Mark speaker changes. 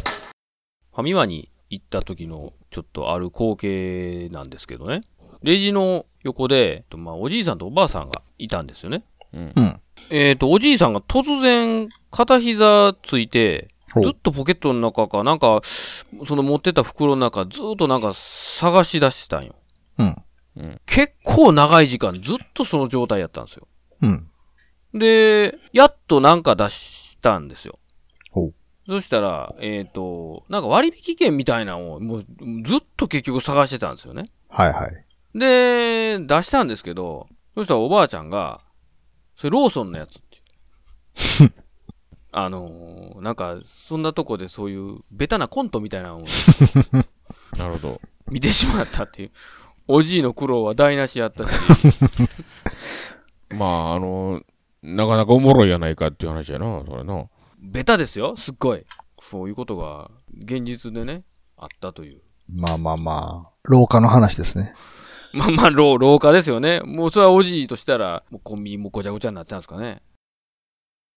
Speaker 1: ファミマに行った時のちょっとある光景なんですけどね。レジの横で、とまあ、おじいさんとおばあさんがいたんですよね。
Speaker 2: うん
Speaker 3: う。ん。
Speaker 1: えっ、と、おじいさんが突然、片膝ついて、
Speaker 3: ほう
Speaker 1: ずっとポケットの中か、なんか、その持ってた袋の中、ずっとなんか探し出してたんよ。
Speaker 3: うん。
Speaker 1: 結構長い時間、ずっとその状態やったんですよ。
Speaker 3: うん。
Speaker 1: で、やっとなんか出したんですよ。
Speaker 3: ほう
Speaker 1: そしたら、えっ、と、なんか割引券みたいなのを、もうずっと結局探してたんですよね。
Speaker 3: はいはい。
Speaker 1: で、出したんですけど、そしたらおばあちゃんが、それローソンのやつって。 あのーなんか、そんなとこでそういう、ベタなコントみたいなのを
Speaker 2: なるほど。
Speaker 1: 見てしまったっていう。おじいの苦労は台無しやったし、
Speaker 2: まあ、あの、なかなかおもろいやないかっていう話やな、それな。
Speaker 1: ベタですよ、すっごい。そういうことが、現実でね、あったという。
Speaker 3: まあまあまあ、廊下の話ですね。
Speaker 1: まあまあ、老、老化ですよね。もうそれはおじいとしたら、もうコンビニもごちゃごちゃになってたんですかね。